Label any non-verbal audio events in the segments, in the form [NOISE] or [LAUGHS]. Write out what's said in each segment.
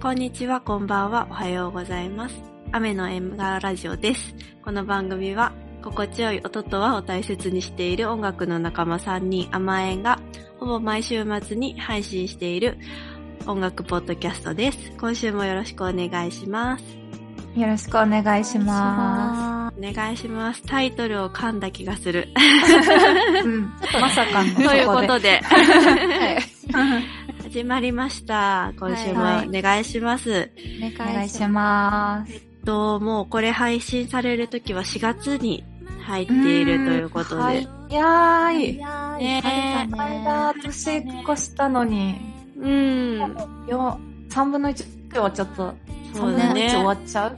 こんにちは、こんばんは、おはようございます。雨の縁側ラジオです。この番組は、心地よい音とはを大切にしている音楽の仲間3人、甘えんが、ほぼ毎週末に配信している音楽ポッドキャストです。今週もよろしくお願いします。よろしくお願いしまお願いします。タイトルを噛んだ気がす [LAUGHS] る。す。うん、まさかのというこで。とで、はい。始まりました。今週もはいお願いします。お願いしまえっと、もうこれ配信されるときは4月に入っているということす。で。はい。やーい。はねえこの間、年越したのに、うん。よ、3分の1はちょっと、そう3分だの1ね。終わっちゃう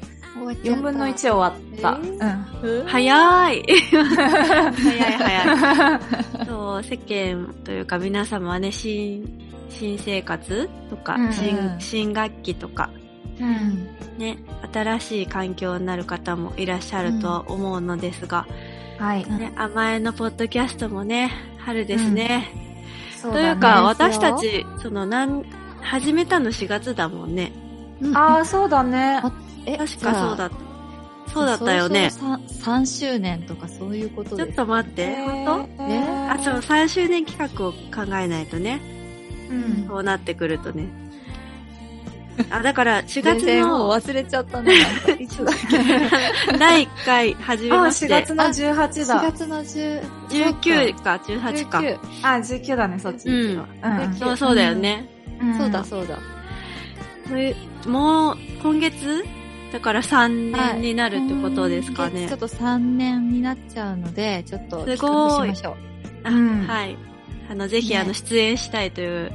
?4 分の1終わった。えーうん。早 [LAUGHS] い早い早い。そう、世間というか皆様はね、新、新生活とか、うん新、新学期とか、うん。ね、新しい環境になる方もいらっしゃるとは思うのですが、はい。ね、甘えのポッドキャストもね、春ですね。そとだいねうか、私たち、その、なん、始めたの4月だもんね。あー、そうだね。え確かそうだっった。そうだったよね。 3周年とかそういうことちょっです。と待って。本当ね当あ、そう、3周年企画を考えないとね。うん。こうなってくると [LAUGHS] ね。あ、だから、4全月然もうの忘れちゃ [LAUGHS] ったね。第1回始めあ、まして、4月の18 4だ。月の10 19か18か。 19あ、19だね、そっちの時は。うんそうそうだよね。うんそうだそうだ。そういうもう、今月だから3年になるってことですかねちょっ。と3年になっちゃうので、ちょっとす企ご画いしましょう。あうんはい。あの、ぜひ、ねあの、出演したいという、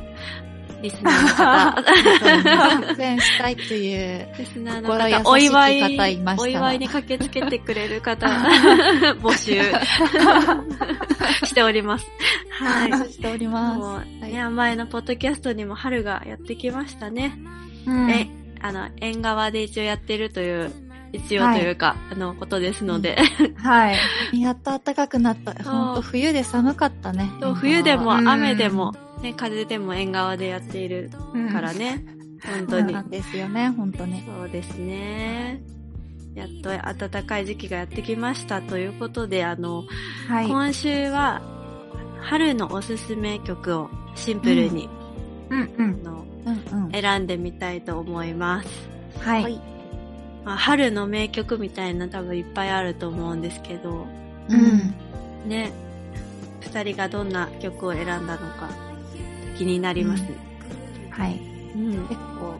リスナー [LAUGHS] の方、出演したいという。リスナーの心優し方、きお祝方いいましたらお祝いに駆けつけてくれる [LAUGHS] 方、募集しております。はい。しておりもまうはね、い前のポッドキャストにも春がやってきましたね。うんえ、あの、縁側で一応やってるという、一応というか、あの、ことですので、。はい。す。やっと暖かくなった。本当冬で寒かったねそう [LAUGHS] 冬でもうん雨でも、ね、風でも縁側でやっているうんからね。本そ当うにな。んですよね、本当ね。そうですね。やっと暖かい時期がやってきましたということで、あの、はい。今週は、春のおすすめ曲をシンプルに、うんうん。あのうんうん。選んでみたいと思います。はい。はいまあ、春の名曲みたいな多分いっぱいあると思うんですけど、うんね、二人がどんな曲を選んだのか気になります。はい。うん。結構、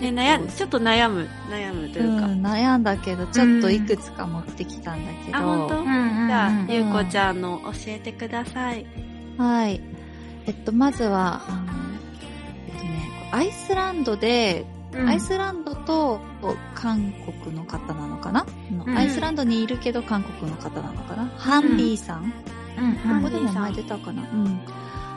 ね、悩ちょっと悩む、悩むというか。うん、悩んだけど、ちょっといくつか持ってきたんだけど。あ、本当、んじゃあ、んゆうこちゃんの教えてください。はい。えっと、まずは、あの、えっとね、アイスランドで、アイスランドと韓国の方なのかな、うんアイスランドにいるけど韓国の方なのかな、ハンビーさん、うんうここんでも前出たかな、うん、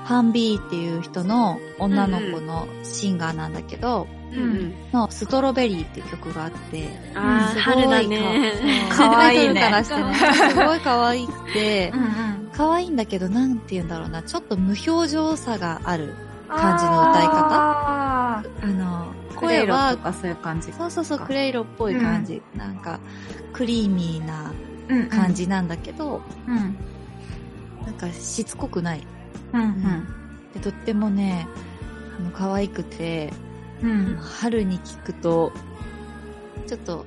ハンビーっていう人の女の子のシンガーなんだけど、うんんのストロベリーっていう曲があって、うん。あすー、ごい春だね。か [LAUGHS] 可愛いねタイトルからしてね、 [LAUGHS] すごい可愛くて、うん。可愛いんだけど、なんて言うんだろうな、ちょっと無表情さがある。感じの歌い方ああの、ークレ声イロはと、かそういう感じ。そうそうそう、クレイロっぽい感じ。なんか、クリーミーなうん感。じなんだけど、うん。なんかしつこくない。うんでとってもね、あの、可愛くて、うん。うん。春に聴くと、ちょっと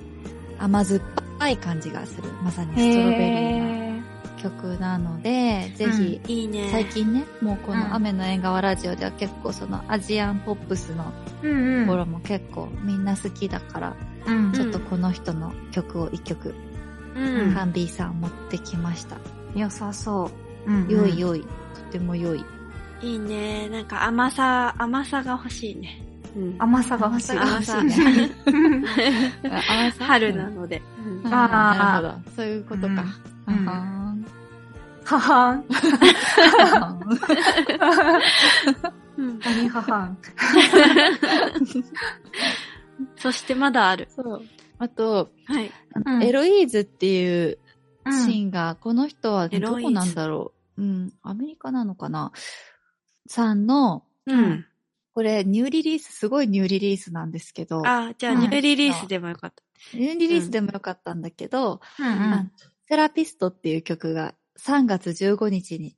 甘酸っぱい感じがする。まさにストロベリーなへ曲なので、ぜひ、 [LAUGHS] いいね。最近ね、もうこうんの雨の縁側ラジオでは結構そのアジアンポップスのーうんうん。ところも結構みんな好きだから、うんちょっとこの人の曲を一曲、うん。ハンビーさん持ってきました。良さそう。うんうん良い。良い。とても良い。いいね。なんか甘さ、甘さが欲しいね。うん。甘さが欲しい。甘さが欲しい。いね。 [LAUGHS] 春春なので。うんあああ、ーなるほど。そういうことか。うんうんあははん。はーんうん何ははん。そしてまだある。 [LAUGHS] そう。あと、はい。あのうんエロイーズっていううんシンガー、この人はエロイどーズこなんだろう。うん、アメリカなのかなさんの、うん。これニューリリース、すごいニューリリースなんですけど、あ、じゃあ、うんニューリリースでもよかった。ニューリリースでもよかったんだけど、うんあのセラピストっていう曲が3月15日に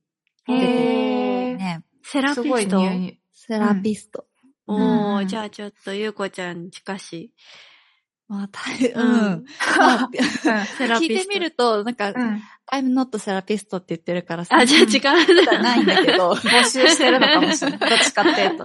うん。出てへー。ね、セラすピごいスト。匂い。セラピスト。おうー、んじゃあちょっと、ゆうこちゃんに近しい。まあ、大ううんん。まあ [LAUGHS] セラ聞ピいスト。てみると、なんか、うんうん。 I'm not therapist って言ってるからさ、あ、じゃあ違う。じゃないんだけ [LAUGHS] ど、募集してるのかもしれない。どっちかっていうと。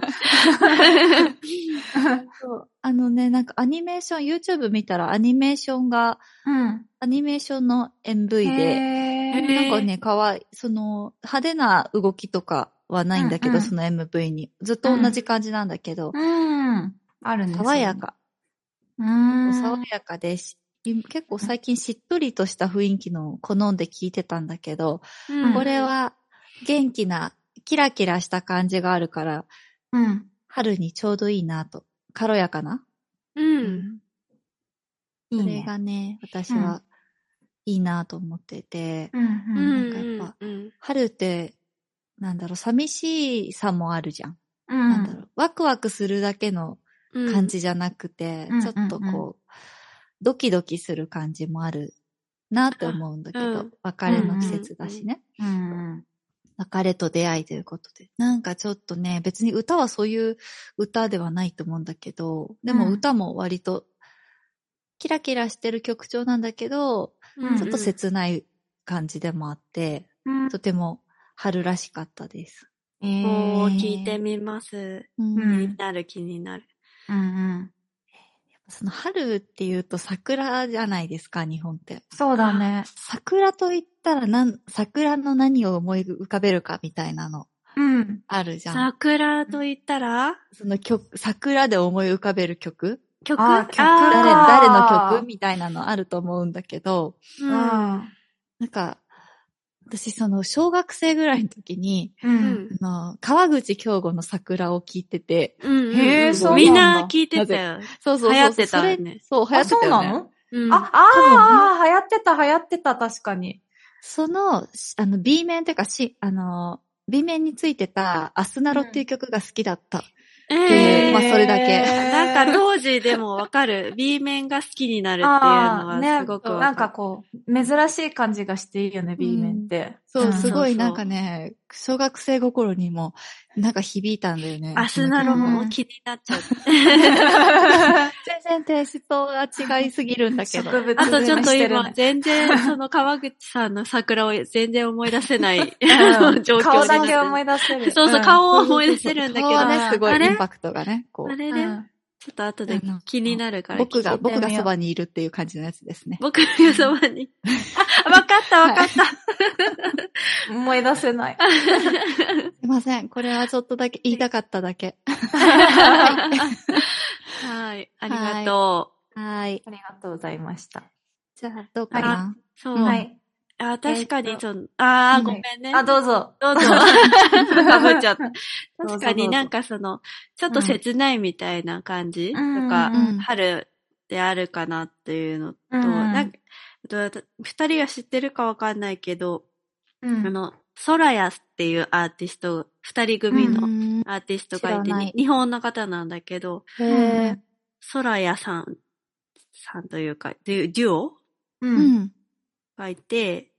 そうあのね、なんかアニメーション、YouTube 見たらアニメーションが、 [LAUGHS] うん。アニメーションの MV で、でへーなんかね、かわいい、その、派手な動きとかはないんだけうんど、うんその MV に。ずっと同じ感じなんだけど、うん。あるんですよ爽や。か。うこん。う爽やかでし、結構最近しっとりとした雰囲気の好んで聞いてたんだけど、うんこれは元気な、キラキラした感じがあるから、うん。春にちょうどいいなと。軽やかな。うん。いいそれね。がね、私は、いいなと思ってて、うんううんん。なんかやっぱうん。春って、なんだろう、寂しさもあるじゃん。うなんだろう、ワクワクするだけのうん感。じじゃなくて、うんちょっとこう、うんうんドキドキする感じもあるなって思うんだけど、うん別れの季節だしね、うん。別れと出会いということで。なんかちょっとね、別に歌はそういう歌ではないと思うんだけど、でもうん歌も割と、キラキラしてる曲調なんだけど、うんちょっと切ない感じでもあって、うんとても春らしかったです。えうーんおー、聞いてみます。うん気うんになる気になる。うんうん。その春っていうと桜じゃないですか、日本って。そうだね。桜と言ったらなん、桜の何を思い浮かべるかみたいなのうん。あるじゃん。桜と言ったら、その曲、桜で思い浮かべる曲曲あー曲誰、あ誰のー曲みたいなのあると思うんだけど、う。うんん。なんか、私その小学生ぐらいの時に、う。うんん。あの、川口京吾の桜を聞いてて、うんうんへーそうなんだみんな聞いてたよ。そうそうそう。流行ってたそれねそう、流行あ、ってたそうよ、なね。のうんあ、ああ、流行ってた、流行ってた、確かに。その、しあの、B 面っていうか、し、あの、B 面についてた、アスナロっていう曲が好きだった。ええまあそれだけなんかう当時でもわかる。B 面が好きになるっていうのはすごくわなんかかこう、珍しい感じがしていいよね、B 面って。そう、[LAUGHS] すごそうそういなんかね、小学生心にも、なんか響いたんだよね。る。アスナロうもん気になっちゃって。全然テイストが違いすぎるんだけど。植 [LAUGHS] 物あとち [LAUGHS] ょっとしてる今、ね全然その川口さんの桜を全然思い出せない [LAUGHS] うん状況に顔だけ思いい出せる。そうそう、ん顔を思い出せるんだけど。顔はあね、すごあいれインパクトがね、こう。れうね、んちょっと後で気になるから。僕聞いが、てみよ僕うがそばにいるっていう感じのやつですね。僕がそばに。あ、わかったわかった。思い出せない。すいません。これはちょっとだけ言いたかっただけ。はい、ありがとはい。ありがとうございました。じゃあ、どうかな、う。そう。はい。あ、確かに、その、あうー、んごめんね。あ、どうぞ。どうぞ。 [LAUGHS] かぶっちゃった。確かになんか、かその、ちょっと切ないみたいな感じとうんかうんう、ん春であるかなっていうのと、うんなんか、どう二人が知ってるかわかんないけど、うんあの、ソラヤスっていうアーティスト、二人組うのん。アーティストがい知て、らないに日本の方なんだけど、へーソラヤさん、さんというか、デュデュオう。うんん。がいて、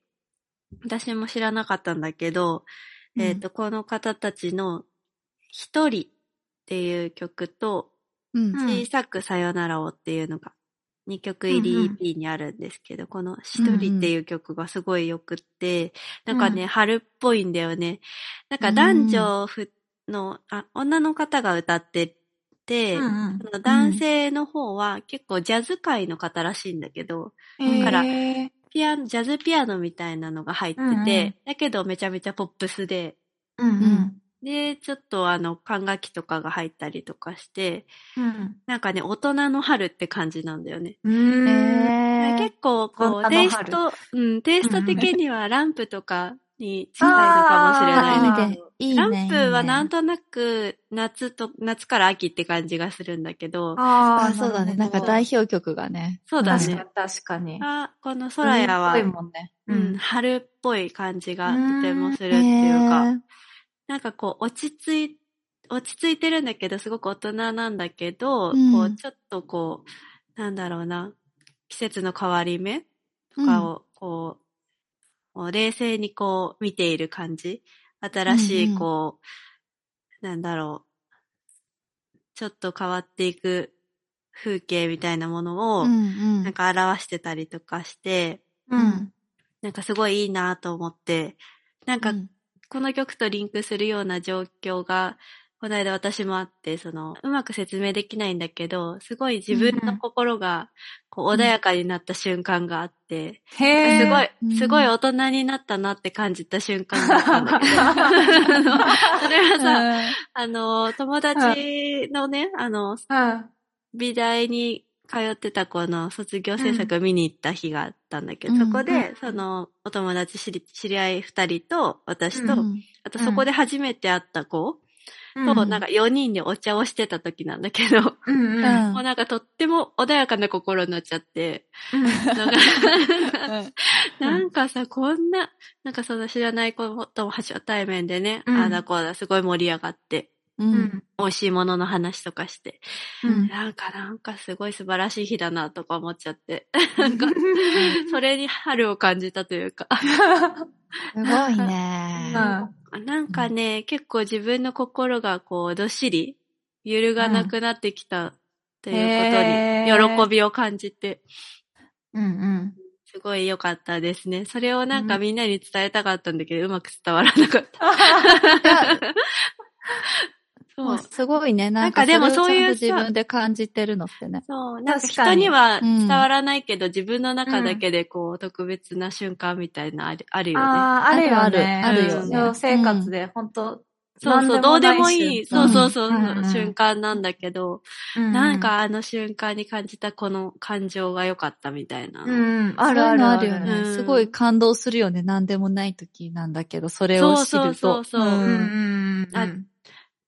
私も知らなかったんだけど、えっ、と、この方たちの、一人っていう曲と、うん。うん小さくさよならをっていうのが、2曲入うんうりん EP にあるんですけど、この一人っていう曲がすごい良くって、うんなんかね、うん春っぽいんだよね。なんかうん男女ふの、あ、女の方が歌ってて、うんその男性の方は結構ジャズ界の方らしいんだけど、うん。だからへーピアノ、ジャズピアノみたいなのが入ってて、うんうんだけどめちゃめちゃポップスで、うんうん。で、ちょっとあの、管楽器とかが入ったりとかして、うん。なんかね、大人の春って感じなんだよね。うーん。えー結構、こう、大人テイのス春ト、うん、テイスト的にはランプとかに近いのかもしれないねあーいいね。いいね。ランプはなんととなく夏と、夏から秋って感じがするんだけど、あああ、そうだね。なんか代表曲がね。そうだ確ねかに、確かに。あこの空屋は海っぽい、もんね。うん、。春っぽい感じがとてもするっていうか、なんかこう、落ち着い落ち着いてるんだけど、すごく大人なんだけど、うんこう、ちょっとこう、なんだろうな、季節の変わり目とかを、こう、こう冷静にこう、見ている感じ。新しうんい、うんこう、なんだろう、ちょっと変わっていく風景みたいなものを、んなんか表してたりとかして、ううんん。なんかすごいいいなと思って、なんかこの曲とリンクするような状況が、この間私もあって、その、うまく説明できないんだけど、すごい自分の心が、こう、うん穏やかになった瞬間があって、へすえ。ご [LAUGHS] い、うんすごい大人になったなって感じた瞬間だったんだけど、 [LAUGHS] それはさ、あの、友達のね、あの、うん。美大に通ってた子の卒業制作を見に行った日があったんだけど、うんそこで、うんその、お友達知り、知り合い二人と、私と、うあとそこで初めて会った子うん。と、そうなんか4人でお茶をしてた時なんだけど、うんうん。うんもうなんかとっても穏やかな心になっちゃって、なんかなんかさ、こんな、なんかその知らない子とも初対面でね、うんああだこうだすごい盛り上がって、うん。美味しいものの話とかして、うん。なんかなんかすごい素晴らしい日だなとか思っちゃって、なんか、 [LAUGHS] それに春を感じたというか、すごい [LAUGHS] ね。なんかね、結構自分の心がこう、どっしり、揺るがなくなってきたということに、へー喜びを感じて、うん。すごい良かったですね。それをなんかみんなに伝えたかったんだけど、うまく伝わらなかった。そう。すごいね。なんなかんかでもそれをそういうちゃんと自分で感じてるのってね。そう。なんか確か人ににはうん伝わらないけど、自分の中だけでこう、特別な瞬間みたいなあるあるよね。ああ、あるよね。あるあるよね日常生活で、本当そうそう、どうでもいい、そうそうそう、瞬間。間なんだけど、なん、かあの瞬間に感じたこの感情が良かったみたいな。うん、あるあるそういうのあるよね。うんすごい感動するよね。何でもない時なんだけど、それを知ると。そうそうそうそううんん。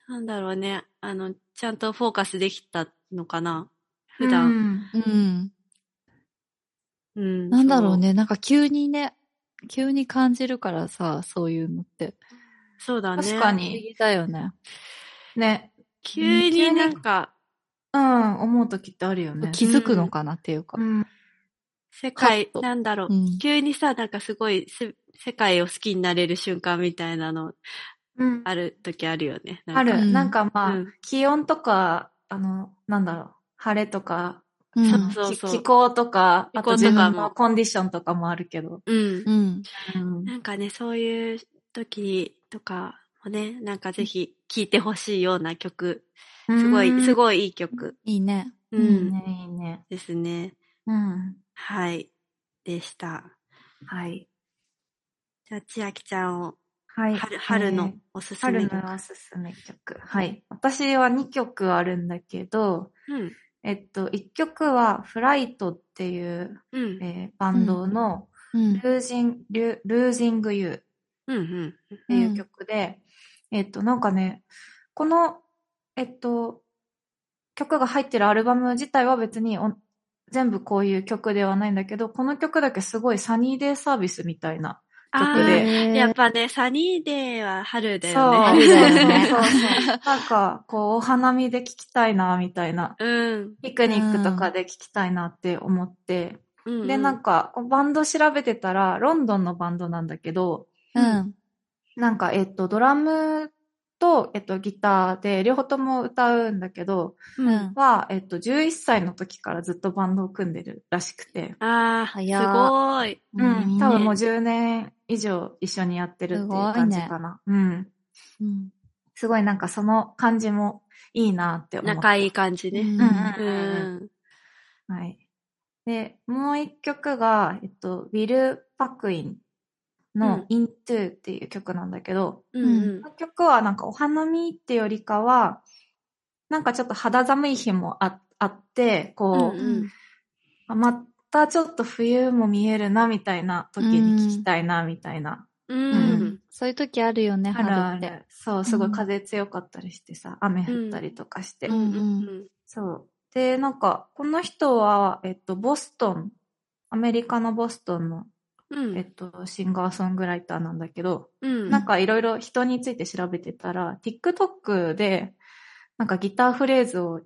なんだろうね。あの、ちゃんとフォーカスできたのかな普う段。ん。うん。うん。なんだろうね。なんか急にね、急に感じるからさ、そういうのっそて。う。そうだね。確か不思に議だよね。ね。急になんか、うん、思う時ってあるよね。気づくのかなっていうか。うん。世界カッ、トなんだろうう。ん。急にさ、なんかすごいす、世界を好きになれる瞬間みたいなの、うん。ある時あるよね。あうる。んなんかまあ、うん気温とか、あの、なんだろう、晴れとか、うんそうそうき気候とか、気あ候とかもと自分のコンディションとかもあるけど。うん。うん。うんなんかね、そういう時とかもね、なんかぜひ聴いてほしいような曲。すごい、すい。ごいいい曲。いいね。うん。いいね、いいね。ですね。うん。はい。でした。はい。じゃあ、千秋ちゃんをはい。春春のおすすめ春曲。のおすすめ曲。はい。私は2曲あるんだけど、うん。えっと、1曲は、フライトっていう、うん。えーバンドの、うん。ルージン、ルールージングユーっうん。うん。ていう曲で、えっと、なんかね、この、えっと、曲が入ってるアルバム自体は別にお全部こういう曲ではないんだけど、この曲だけすごいサニーデイサービスみたいなあ曲ーでやっぱね、サニーデーは春だそうよ春だよねね。そ [LAUGHS] うそうそうなんか、こう、お花見で聞きたいな、みたいな。うん。ピクニックとかで聞きたいなって思って。うん。で、なんか、か、こうバンド調べてたら、ロンドンのバンドなんだけど、うん。なんか、えっと、ドラムと、えっと、ギターで、両方とも歌うんだけど、うん。は、えっと、11歳の時からずっとバンドを組んでるらしくて。ああ、す早っごーい。うん。多分もうう、 10年以上一緒にやってるっていう感じかな。うん。うん。すごいなんかその感じもいいなって思って。仲いい感じね。うんうん。うんはい。で、もう一曲が、えっと、ウィル・パクインうんの Into っていう曲なんだけど、うん。うんこの曲はなんかお花見ってよりかは、なんかちょっと肌寒い日もああって、こう、うんあまたちょっと冬も見えるなみたいな時に聞きたいなみたいな。うん。ううんん。そういう時あるよね、あるあ春って。る。そう、すごい風強かったりしてさ、雨降ったりとかして。うんうん。そう。で、なんか、この人は、えっと、ボストン、アメリカのボストンのうんえっと、シンガーソングライターなんだけど、うんなんかいろいろ人について調べてたら、TikTok で、なんかギターフレーズを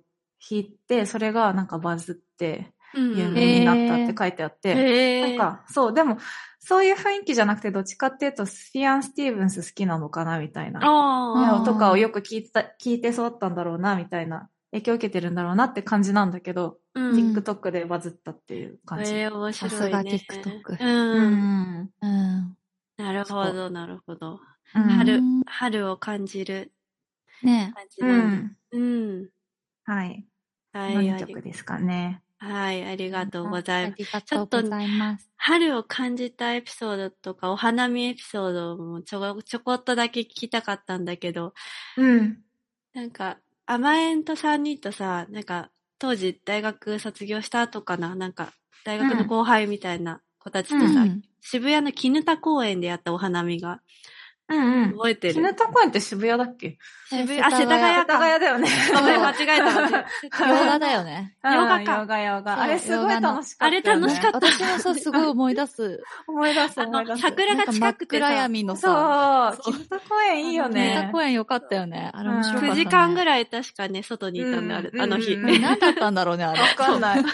弾いて、それがなんかバズって、うん有名になったって書いてあって、へなんーか、そう、でも、そういう雰囲気じゃなくて、どっちかっていうと、スティアン・スティーブンス好きなのかな、みたいな。ああとかをよく聞いてた、聞いて育ったんだろうな、みたいな。影響を受けてるんだろうなって感じなんだけど、あ、うん TikTok でバズったっていう感じ。えー、面白い、ね。さすが TikTok ううん。ん。うん。なるほど、なるほど。うん春うん、春を感じるね感じうなんでん。す。うん。はい。はい、何あり曲ですかね。はい、ありえがとうございます。ありがとうございます。春を感じたエピソードとか、お花見エピソードもちょこちょこっとだけ聞きたかったんだけど、うん。なんか、甘えんと3人とさ、なんか、当時大学卒業した後かな、なんか、大学の後輩みたいな子たちとうんさ、うん渋谷の絹田公園でやったお花見が、うんうん。覚えてる絹田公園って渋谷だっけ渋谷、世あ、田世田谷世田谷か。谷だよね。ごめん、間違えた間違え [LAUGHS] た。洋画だよね。うん洋画か洋画洋そ画。うあれすごい楽しか洋った、ね。画あれ楽しかった私もそう、すごい思い出す。思い出すあ思い出の、す。桜が近くてなんか真っ暗さ、闇のさ、そうそう。金田公園いいよね。ネタ公演よかったよね。あれ面白かった、ね。 9時間ぐらい確かね、外にいたんだ、あれうんあの日。うんうんうん何だったんだろうね、あれ。わかんない。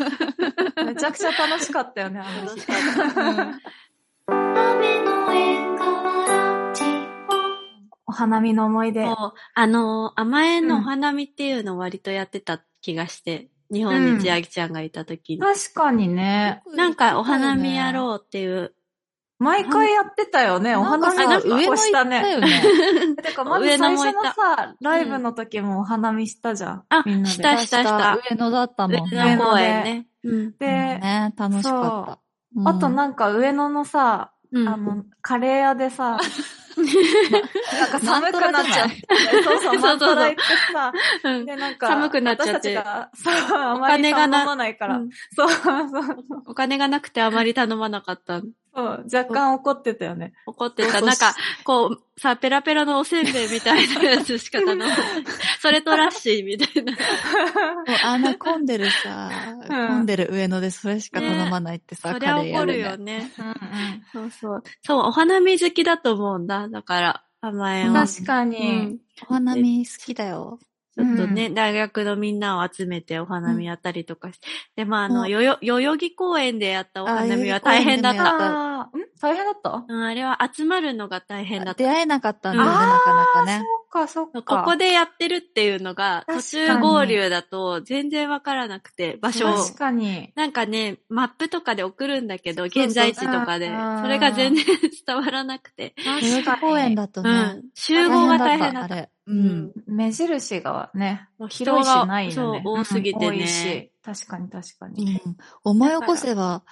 めちゃくちゃ楽しかったよね、あの楽日し。かったうんお花見の思い出。そうあのー、甘えんのお花見っていうのを割とやってた気がして、日本に千秋ちゃんがいた時に。確かにね。なんかお花見やろうっていう。毎回やってたよね。おなん花か見さは上上の野行下ったね。よね。てか、まず上野最も行初ったのさ、ライブの時もお花見したじゃん。あみんなで。したしたした上野だったもん上野上野ね。公園ね。うん。で、ね、楽しかった。うんあとなんか上野のさ、うんあの、カレー屋で [LAUGHS] さ、なんか寒くなっちゃって、そうそ [LAUGHS] そう、マうそうそうントラ行ってさ、うんで、なんか、寒くなっちゃって私たちが、そう、あおま金りが頼なまないから。うんそうそうお金がなくてあまり頼まなかった。そう。若干怒ってたよね。怒ってそた。うそうなんか、こう、さ、ペラペラのおせんべいみたいなやつしか頼まない。それとラッシーみたいな。もうあんな混んでるさ、混んでる上野でそれしか頼まないってさ、そカりレゃーや怒るるよよね。ね。うんそううそう。そう、お花見好きだと思うんだ。だから、甘えんん、は。確かうんに。お花見好きだよ。ちょっとね、大学のみんなを集めてお花見やったりとかして。で、まあ、あの、うんよよ、代々木公園でやったお花見はあ大変だっ代々木公園でもやた。っああ、ん大変だったうん、あれは集まるのが大変だった。出会えなかったんだよね、あなかなかね。そっか、そっこか。こでやってるっていうのが、途確かに中合流だと全然わからなくて、場所を。確かに。なんかね、マップとかで送るんだけど、そうそう現在地とかで、あーそれが全然伝わらなくて。代々木公園だとうね。ん。集合が大変だあった。れ。う。。うん目印がね、もう人が広いしないよね。そう多すぎてねうん多いし確かに確かうに。ん思い起こせば、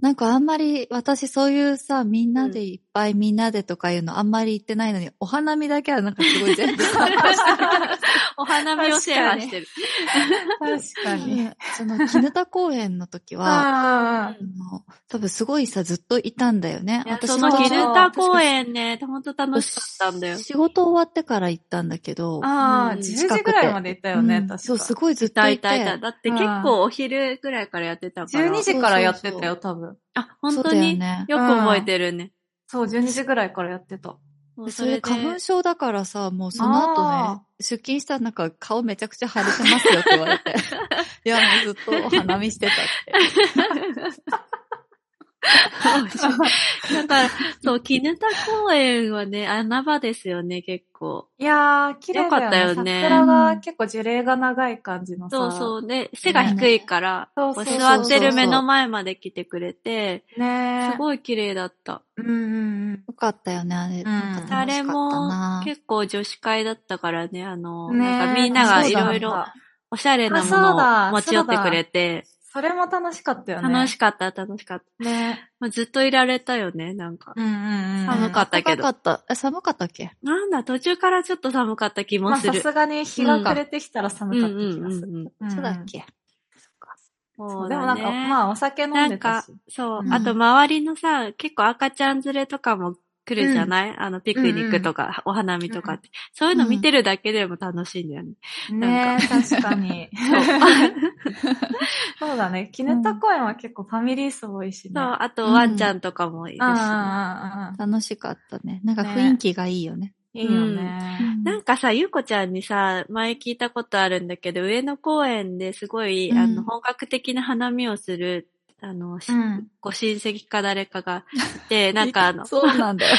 なんかあんまり私そういうさ、みんなでいっぱいみんなでとかいうのあんまり言ってないのに、お花見だけはなんかすごい全部。 [LAUGHS] お花見を制覇してる。確かに。その、絹田公園の時 [LAUGHS] は、ああの多分すごいさ、ずっといたんだよね。いや私そのはギルタ公園園ね、ほんと楽しかったんだよ。仕事終わってから行ったんだけどあ、、あうあ、ん10近時くてぐらいまで行ったようね、確んか。そう、すごいずっいとたいいて。たいた。だって結構お昼ぐらいからやってたから。 12時からやってたよ、多分。あ、本そう当だよにね。よく覚えてるね。そう、12時ぐらいからやってた。もうでそでれ [LAUGHS] 花粉症だからさ、もうその後ねあ、出勤したらなんか顔めちゃくちゃ腫れてますよって言わ [LAUGHS] れて。いや、もうずっとお花見してたって。だから、そう、絹田公園はね、穴場ですよね、結構。いやー、綺麗だよね。よかったよね桜が結構樹齢が長い感じのさ。そうう。そう。で、背が低いから、そうこそううそう座ってる目の前まで来てくれて、ねすごい綺麗だった。い。うんうんうん。よかったよね、あれ。んなんかあ楽しれかったなも、結構女子会だったからね、あの、ねなんかみんながいろいそうだろったおしゃれなもあそうのだを持ち寄ってくれて、それも楽しかったよね。楽しかかった、楽しかった。った。ね。まあ、ずっといられたよね、なんか。うんうんうん。寒かったけど寒かった。え寒かったっけなんだ、途中からちょっと寒かった気もまあ、すさる。すがに日が暮れてきたら寒かった気がする。ん。んそうだっけそそううでだもねなんか、まあ、お酒飲んでたし。そう、うんあと周りのさ、結構赤ちゃん連れとかも来るじゃない、あの、ピクニックとか、お花見とかって。そういうの見てるだけでも楽しいんだよね。なねんえ、確かに。 [LAUGHS] そう。そうだね。絹田公園は結構ファミリー層多いしそね。うああと、ワンちゃんとかもいるし、あ、ああ、ああ。楽しかったね。なんか雰囲気がいいよね。いいよね。なんかさ、ゆうこちゃんにさ、前聞いたことあるんだけど、上野公園ですごい、うん、あの、本格的な花見をする、あの、しうんご親戚か誰かがいて、なんかあの [LAUGHS] そうなんだよ。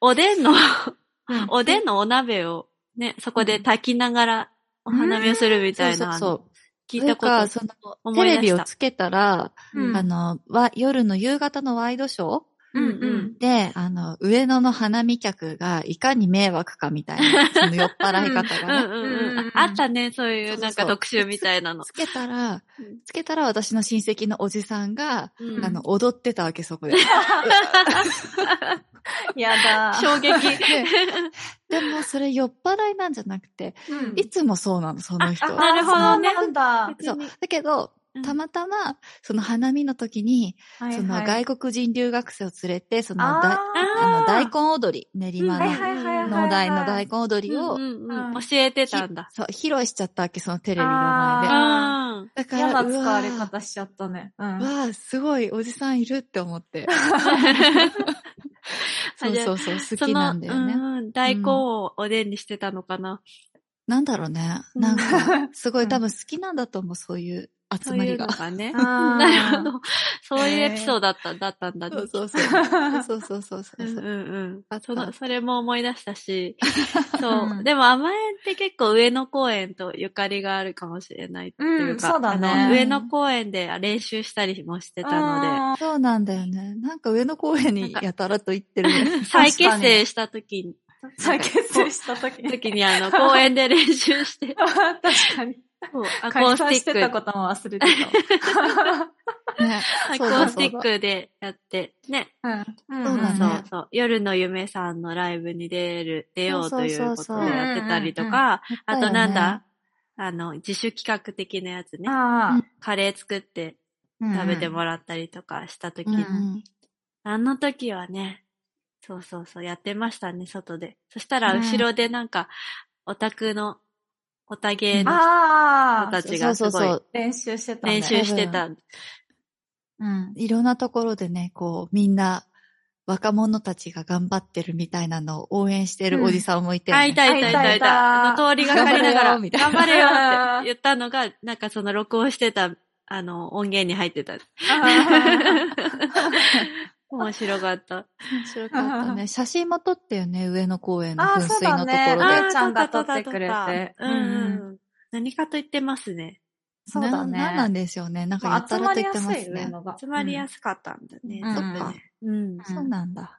おでんの、うん [LAUGHS] おでんのお鍋をね、そこで炊きながらお花見をする [LAUGHS] みたいな、そうそうそう。聞いたことなあんるか、その、思テい出レしたビをつけたら、うんあの、わ、夜の夕方のワイドショーうんうんうんで、あの、上野の花見客がいかに迷惑かみたい [LAUGHS] な、その酔っ払い方うがね。んうんううんん。あったね、そういそううそうなんそうか特集みたいなのつ。けたらうん、つけたら私の親戚のおじさんが、うんあの、踊ってたわけ、[LAUGHS] そこで。やだ。衝撃。 [LAUGHS] [LAUGHS] ででも、それ酔っ払いなんじゃなくて、うんいつもそうなの、その人あは。なるほどねそうなんだ。そう。だけどうん、たまたま、その花見の時に、その外国国人留学生を連れて、そのだああの、大あ根踊り、練馬ーははいいのはいはいはい。農大の大根踊りを、うんうんうんう教んえてたんだ。そう、披露しちゃったわけ、そのテレビの前であ。うん。だから、嫌な使われうわ方しちゃったね。うん。ー。わあ、すごい、おじさんいるって [LAUGHS] 思って。そあうじゃあそうそう、好 [LAUGHS] そきなの、んだよね。うん大根をおでんにしてたのかな。なんだろうね。うんなんか、すごういん多分好きなんだと思う、そういう集そうまいりうのが。がね。 [LAUGHS] あーなるほど。そういうエピソードだった、だったんだね。そうそうそう。そうそうそうそううんそうう。んうんあったその、それも思い出したし、そう、うんでも甘えんって結構上野公園とゆかりがあるかもしれないっていうか、うんそうだねあの上野公園で練習したりもしてたのあーそうなんだよね。なんか上の公園にやたらと行ってる。で、再結成した時に、再結成した時に。時にあの、公園で練習 [LAUGHS] して、確かに。アコ解ース散しテてィたック、ことも忘れてた。 [LAUGHS] ねアコそーうだそうだスティックでやって、ね、うんそうだねそうそう。夜の夢さんのライブに出る、出ようということをやってたりとか、あとなんだ、あの、自主企画的なやつね。あカレー作ってあ。食べてもらったりとかした時うんに、うんあの時はね、そうそうそう、やってましたね、外で。そしたら後ろでなんか、オタクの、オタゲーうんの人ああた。ちがすそうそうそごいう練習してたね。練習してた。うん。いろんなところでね、こう、みんな、若者たちが頑張ってるみたいなのを応援してるおじさんもいて、あ、いたいたいたいいたいたた。あの通りがかりながら、頑張れよみたいな頑張れよって言ったのが、なんかその録音してた、あの、音源に入ってた。面白かった。面白かっ [LAUGHS] たね。写真も撮ってよね、上野公園のあ噴ーそう水だのところで。ねおあ姉ちゃんが撮ってくれ撮ってた撮った撮ったうんうん。何かと言ってますね。そうだ [LAUGHS] ななんなんね。でしょうね。なんかやた集らまとり言っやてすますい上ね。のが。集まりやすかったんだね。うんそっか。うん。うんそうなんだ。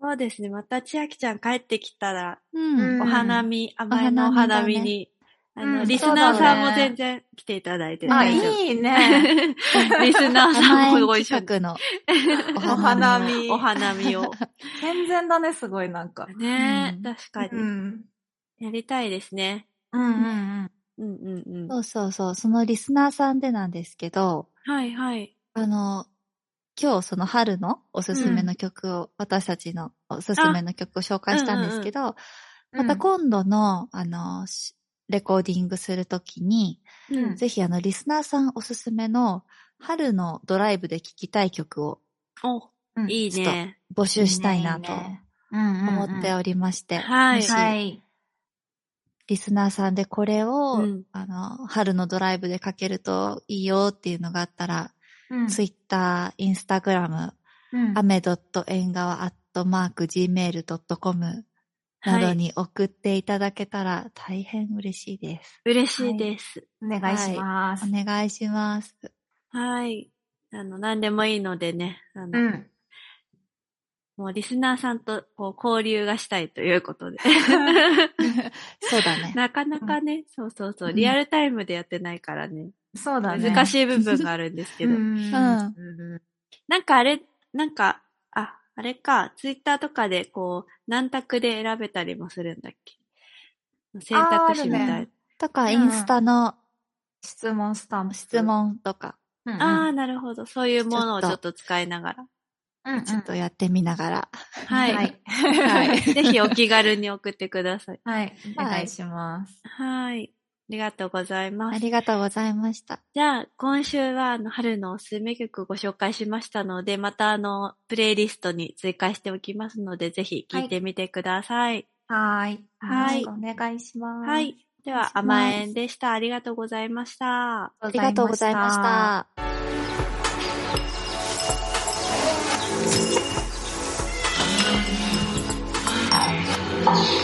そうですね。また千秋ちゃん帰ってきたら、うん。おうん花見、甘えのおお花花見見だねに、あうの、んリスナーさんそうだもね全然来ていただいてあ、大丈夫。いいね。リスナー甘さんえもごん一緒に企。画の [LAUGHS] おお花花見を。見。お花見を。健全だね、すごい、なんか。ねえ、うん確かに、ん。やりたいですね。うんうんうんうんうん。そうそうそう。そのリスナーさんでなんですけど、はいはい。あの、今日その春のおすすめの曲を、私たちのおすすめの曲を紹介したんですけど、うん。また今度の、あの、しレコーディングするときに、うんぜひあの、リスナーさんおすすめの、春のドライブで聴きたい曲をお、うんいいね。募集したいなと思思っておりまして、はいもしはい。リスナーさんでこれを、うんあの、春のドライブでかけるといいよっていうのがあったら、ツイッター、インスタグラム、うんアメドット縁側アットマーク gmail.com などはい。に送っていただけたら大変嬉しい [LAUGHS] です。嬉しいです。お願いします。お願いします。はい。あの、何でもいいのでね。あうの、ん。もうリスナーさんとこう交流がしたいということ [LAUGHS] で。 [LAUGHS] そうだ [LAUGHS] ね。なかなかね、そうそうそう、うんリアルタイムでやってないからね。そうだね。難いしい部分があるんですけけどど。。 [LAUGHS] なんかあれ、なんか、あ、あれか、ツイッターとかでこう、何択で選べたりもするんだっけ選択肢みたいあーあな。るねとか、インスタの質問スタンプ。質。問とか、うんうんああ、なるほど。そういうものをちちょっとょっと使いながら。うんうんちょっとやってみながら。は。はいい。 [LAUGHS] はいぜひお気軽に送ってください。はい。お願いします。はい。ありがとうございまあす。りがとうございました。じゃあ、今週はあの春のおすすめ曲をご紹介しましたので、またあの、プレイリストに追加しておきますので、ぜひ聞いてみてください。はい。はいよろしくお願いします。はい。。では、お願甘いしますえんでした。ありがとうございました。あありがとうございました。 「